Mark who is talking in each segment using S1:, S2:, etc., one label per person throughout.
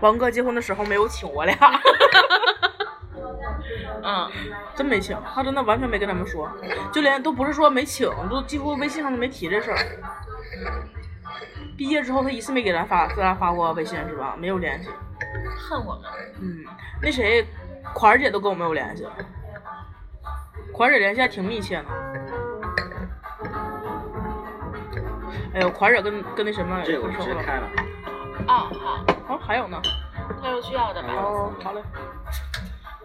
S1: 王哥结婚的时候没有请我俩，
S2: 嗯，
S1: 真没请，他真的完全没跟他们说，就连都不是说没请，都几乎微信上都没提这事儿。毕业之后他一次没给咱发，给咱发过微信是吧？没有联系。
S2: 恨我们。
S1: 嗯，那谁，款儿姐都跟我没有联系，款儿姐联系还挺密切呢。哎呦，款儿姐跟跟那什么
S3: 这个我
S1: 分
S3: 直
S1: 手
S3: 接
S1: 了。
S3: 开了。
S2: 哦，好，
S1: 哦，还有呢。
S2: 那就去要的吧。
S1: 哦，好嘞。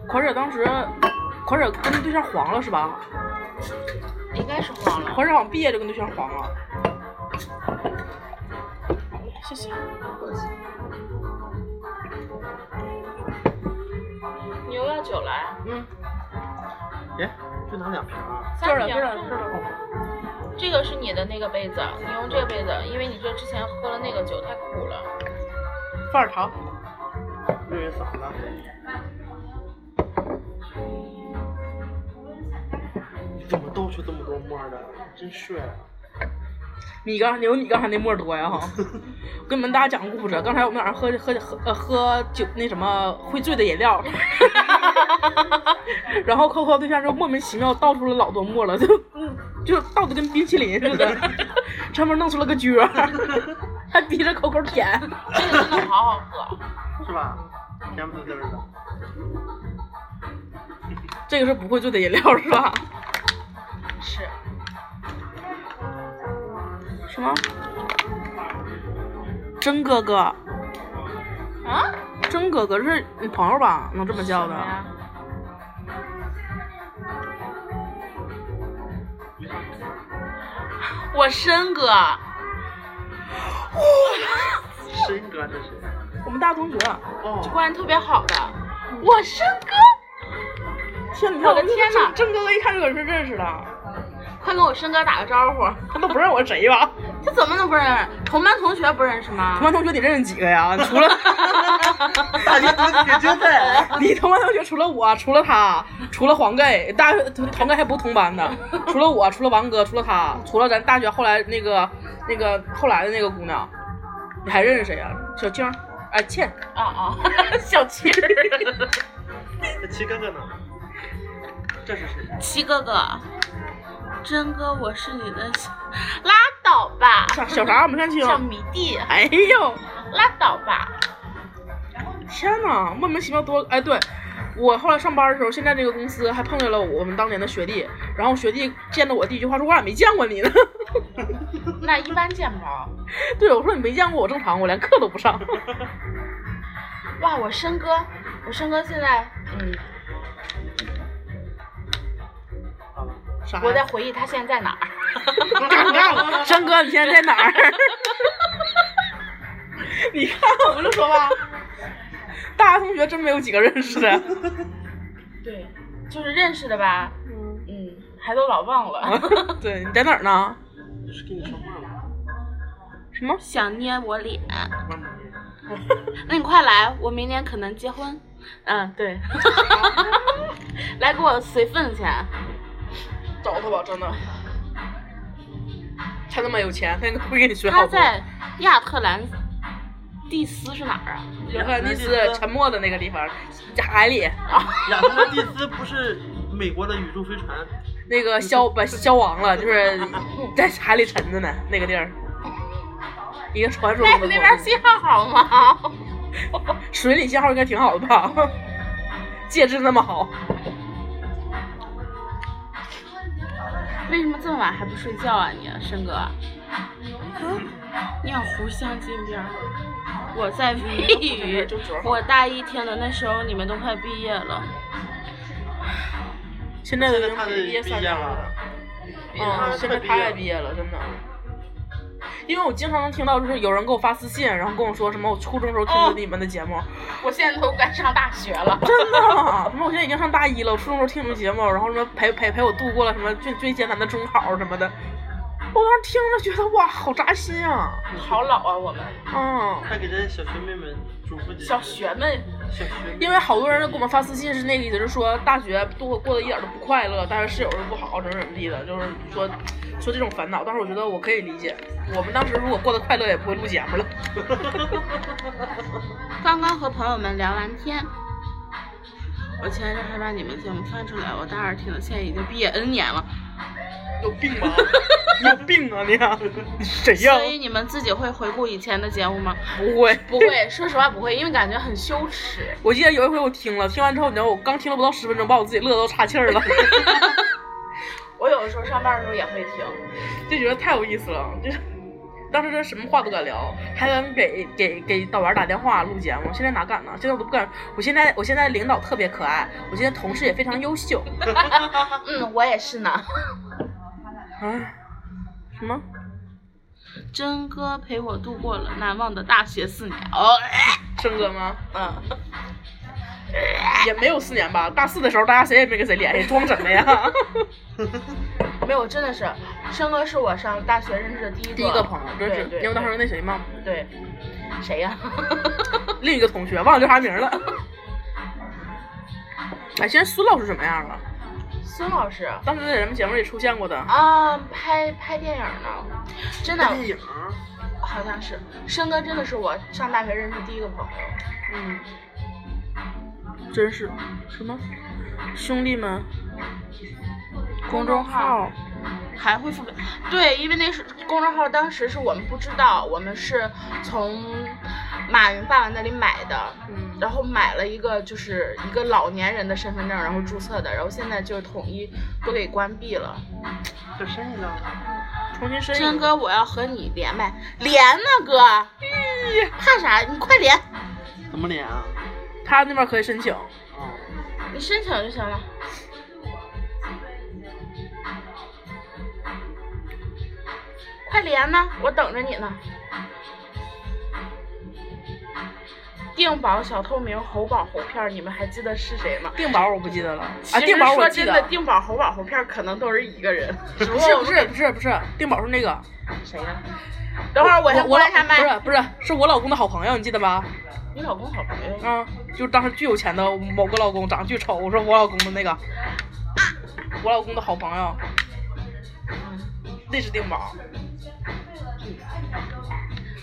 S1: 款儿姐当时，款儿姐跟对象黄了是吧？
S2: 应该是黄了。
S1: 款儿姐好像毕业就跟对象黄了。好嘞，谢谢。
S2: 你又要酒来？
S1: 嗯，
S3: 耶，去拿哎两瓶啊。
S1: 这儿
S2: 三
S1: 了，
S2: 瓶
S1: 这儿了，这儿
S2: 儿。
S1: 了。
S2: 这个是你的那个杯子，你用这个杯子，因为你这之前喝了那个酒太苦了。
S1: 放点糖。
S3: 略微嗓子。你怎么倒出这么多沫儿的？真帅啊！
S1: 你刚才有你刚才那沫儿多呀哈！ 跟你们大家讲个故事，刚才我们俩人喝喝喝呃喝酒那什么会醉的饮 料， 然后扣扣对象就莫名其妙倒出了老多沫了，就嗯就倒的跟冰淇淋似 的，上面弄出了个撅儿，还逼着扣扣舔。
S2: 这个真的好好 喝，
S3: 是吧？甜不滋滋的。
S1: 这个是不会醉的饮料是吧？
S2: 是。
S1: 什么？真哥哥，
S2: 啊？
S1: 真哥哥这是你朋友吧？能这么叫
S2: 什
S1: 嗯的？
S2: 么呀？我申哥，
S3: 申哥这是？
S1: 我们大学同学。
S3: 哦，
S2: 关系特别好的，我申哥，
S1: 天，你看
S2: 我的天哪
S1: 真哥哥一看就搁这认识的，
S2: 快跟我申哥打个招呼。
S1: 他都不认我是谁吧？
S2: 他怎么能不认识？同班同学不认识吗
S1: 同？班同学你认识几个呀？除 了
S3: 大家都解决在。
S1: 你同班同学除了我，除了他，除了黄盖，大黄盖还不是同班的，除了我，除了王哥，除了他，除了咱大学后来那个那个后来的那个姑娘，你还认识谁呀、小青儿，哎倩，
S2: 啊啊，
S1: 小青儿，
S3: 七哥哥呢？这是谁？ 啊
S2: 七哥哥，真哥，我是你的小，拉倒吧，
S1: 小小啥没看清。
S2: 小迷弟，
S1: 哎呦，
S2: 拉倒吧。
S1: 天哪，莫名其妙多哎，对我后来上班的时候，现在这个公司还碰见了我们当年的学弟，然后学弟见到我第一句话说：“我咋没见过你呢
S2: 那一般见不着。？”
S1: 对我说：“你没见过我正常，我连课都不 上。
S2: 哇，我申哥，我申哥现在，嗯，
S3: 好了，”
S1: 啥呀？
S2: 我在 回忆他现在在哪儿。
S1: 尴尬了。山哥，你现在在哪儿？ 你看，我就说吧，大学同学真没有几个认识的。
S2: 对，就是认识的吧，嗯，还都老忘了。
S1: 对，你在哪儿呢？
S3: 是给你说话吗？
S1: 什么？
S2: 想捏我脸，
S3: 妈妈捏。
S2: 那你快来，我明年可能结婚。嗯，对， 来给我随份子钱。
S1: 找他吧，真的。他那么有钱，他应该会给你学好
S2: 他
S1: 多。
S2: 在亚特兰蒂斯是哪儿啊？
S1: 约翰尼斯沉没的那个地方，海里
S3: 亚特兰蒂斯不是美国的宇宙飞船？
S1: 那个消把消亡了，就是在海里沉着呢，那个地儿，一个传说
S2: 哎那
S1: 中的
S2: 那
S1: 国
S2: 边
S1: 度
S2: 信号好吗？
S1: 水里信号应该挺好的吧？介质那么好，
S2: 为什么这么晚还不睡觉啊你，申哥？嗯酿湖相近边儿，我在避雨。我大一天了，那时候你们都快毕业了。
S1: 现在都已
S3: 现在他
S1: 经
S3: 得
S1: 毕业
S3: 毕
S1: 三
S3: 业
S1: 年
S3: 了。
S1: 嗯，现在他也毕业了，真的。因为我经常能听到，就是有人给我发私信，然后跟我说什么我初中时候听的你们的节目，
S2: 我现在都该上大学了。
S1: 真的，什么我现在已经上大一了，我初中时候听你们节目，然后什么陪陪陪我度过了什么最最艰难的中考什么的，我当时听着觉得哇，好扎心啊！
S2: 好老啊，我们
S1: 嗯，
S3: 快给这些小学妹们嘱咐几句。
S2: 小学们，
S3: 小学妹。
S1: 因为好多人都给我们发私信是那个意思，就是说大学过过得一点都不快乐，大学室友都不好，怎么怎么地的，就是说说这种烦恼。但是我觉得我可以理解，我们当时如果过得快乐，也不会录节目了。
S2: 刚刚和朋友们聊完天，我前一阵还把你们节目翻出来，我大二听的，现在已经毕业 N 年了，
S1: 有病吧？ 你有病啊你啊！你谁呀、
S2: 所以你们自己会回顾以前的节目吗？
S1: 不会，
S2: 不 会，说实话不会，因为感觉很羞耻。
S1: 我记得有一回我听了，听完之后，你知道我刚听了不到十分钟，把我自己乐得都岔气儿了，
S2: 我有的时候上班的时候也会听，
S1: 就觉得太有意思了，就是。当时真什么话都敢聊，还敢给给给导员打电话录节目，现在哪敢呢？现在我都不敢。我现在我现在领导特别可爱，我现在同事也非常优秀。
S2: 嗯，我也是 呢。
S1: 啊？什么？
S2: 真哥陪我度过了难忘的大学四年。哦，
S1: 生哥吗？
S2: 嗯，
S1: 也没有四年吧，大四的时候大家谁也没跟谁联系，装什 么呀？
S2: 没有，真的是，生哥是我上大学认识的第一个
S1: 第一个朋友，真
S2: 对
S1: 是
S2: 对，
S1: 因为当时那谁嘛，
S2: 对，谁 呀、
S1: 另一个同学忘了叫啥名了。哎，现在孙老师什么样了？
S2: 孙老师
S1: 当时在咱们节目里出现过的。
S2: 啊，拍拍电影呢，真的
S1: 电影，
S2: 好像是，生哥真的是我上大学认识的第一个朋友。
S1: 嗯，真是什么兄弟们，公众号
S2: 还会付费，对，因为那是公众号，当时是我们不知道，我们是从马云爸爸那里买的，
S1: 嗯
S2: 然后买了一个就是一个老年人的身份证，然后注册的，然后现在就是统一都给关闭了。
S3: 这生意呢？
S1: 重新申
S2: 真
S1: 请。
S2: 哥，我要和你连麦，连呢哥，咦怕啥？你快连，
S3: 怎么连啊？
S1: 他那边可以申请，
S3: 哦，
S2: 你申请就行了。快连呢，我等着你呢。定宝小透明猴宝猴片儿，你们还记得是谁吗？
S1: 定宝我不记得了，啊，
S2: 其实
S1: 定宝我
S2: 说
S1: 记
S2: 真
S1: 得
S2: 的，，定宝猴宝猴片儿可能都是一 个人，只
S1: 不
S2: 不
S1: 是
S2: 过我
S1: 不
S2: 们
S1: 是不是不是，定宝是那个，
S2: 谁呀、等会儿我先
S1: 我
S2: 关一下
S1: 不
S2: 麦。
S1: 是不是，是我老公的好朋友，你记得吧？
S2: 你老公好朋友
S1: 嗯，就是当时巨有钱的某个老公，长得巨丑，我说我老公的那个，我老公的好朋友，那是定宝。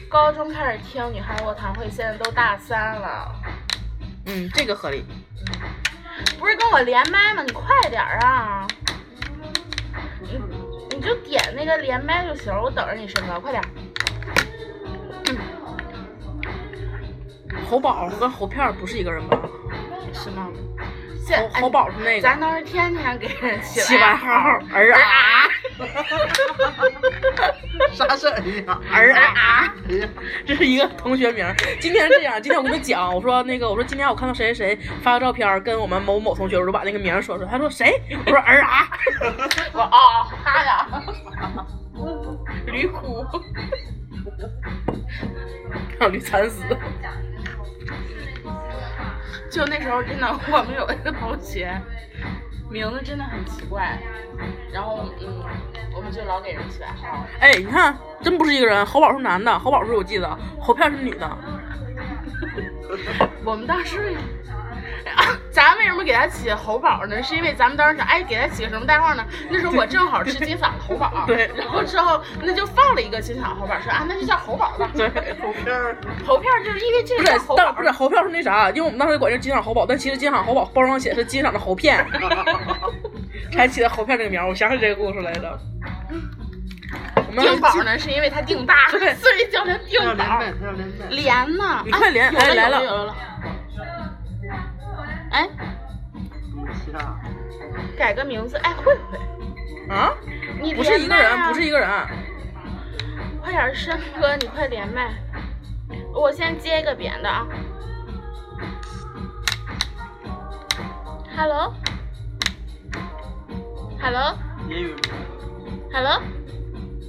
S2: 高中开始听女孩卧谈会，现在都大三了。
S1: 嗯，这个合理。
S2: 不是跟我连麦吗？你快点儿啊！你你就点那个连麦就行了，我等着你身高，快点儿！
S1: 猴宝跟猴片儿不是一个人吧？
S2: 是吗？
S1: 猴猴宝是那
S2: 哎咱
S1: 个
S2: 都是天天给人起
S1: 起外号
S2: 号。
S1: 儿
S2: 儿
S1: 啊
S2: 啊！
S3: 啥事儿呀？
S1: 儿啊，
S3: 哎呀，
S1: 这是一个同学名儿。今天是这样，今天我跟他讲，我说那个，我说今天我看到谁谁谁发个照片儿，跟我们某某同学，我就把那个名儿说出来。他说谁？我说儿啊，
S2: 我啊哈呀！驴哭。
S1: 让驴惨死。
S2: 就那时候真的，我们有一个同 学，名字真的很奇怪，然后嗯，我们就老给人起外号。
S1: 哎，你看，真不是一个人。猴宝是男的，猴宝是我记得，猴片儿是女的。
S2: 我们当时，咱为什么给他起猴宝呢？是因为咱们当时想，哎，给他起个什么代号呢？那时候我正好吃金嗓子猴宝，
S1: 对
S2: 然后之后那就放了一个金嗓子猴宝，说啊，那就叫猴宝吧。
S1: 对，
S3: 后片儿
S2: 猴片儿就是因为这
S1: 不
S2: 个
S1: 是
S2: 叫猴，
S1: 但
S2: 宝
S1: 不，是猴票是那啥，因为我们当时管这金嗓猴宝，但其实金嗓猴宝包装写的是金嗓的猴片， 才起的猴片这个名儿。我想起这个故事来了。我们
S2: 定宝呢是因为他定大，所
S1: 对
S2: 以叫他
S3: 他要
S2: 定
S3: 连
S2: 宝
S3: 麦，。他要
S1: 你快连
S2: 连呢？哎
S3: 连麦。
S2: 有
S1: 哎来
S2: 了
S1: 了
S2: 有了有了。哎，
S3: 是啊，
S2: 改个名字，哎，慧慧，
S1: 啊，
S2: 你
S1: 不是一个
S2: 连
S1: 人，
S2: 麦啊
S1: 不是一个人。
S2: 快点儿，申哥，你快连麦，我先接一个别的啊。Hello，Hello，Hello，
S3: 也有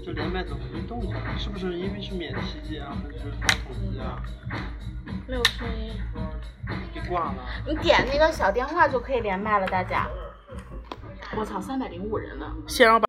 S3: 就连麦怎么没动静？是不是因为是免提及啊，还是发手机啊？
S2: 没有声音。
S3: 给挂了？
S2: 你点那个小电话就可以连麦了，大家。我操，三百零五人呢。
S1: 先让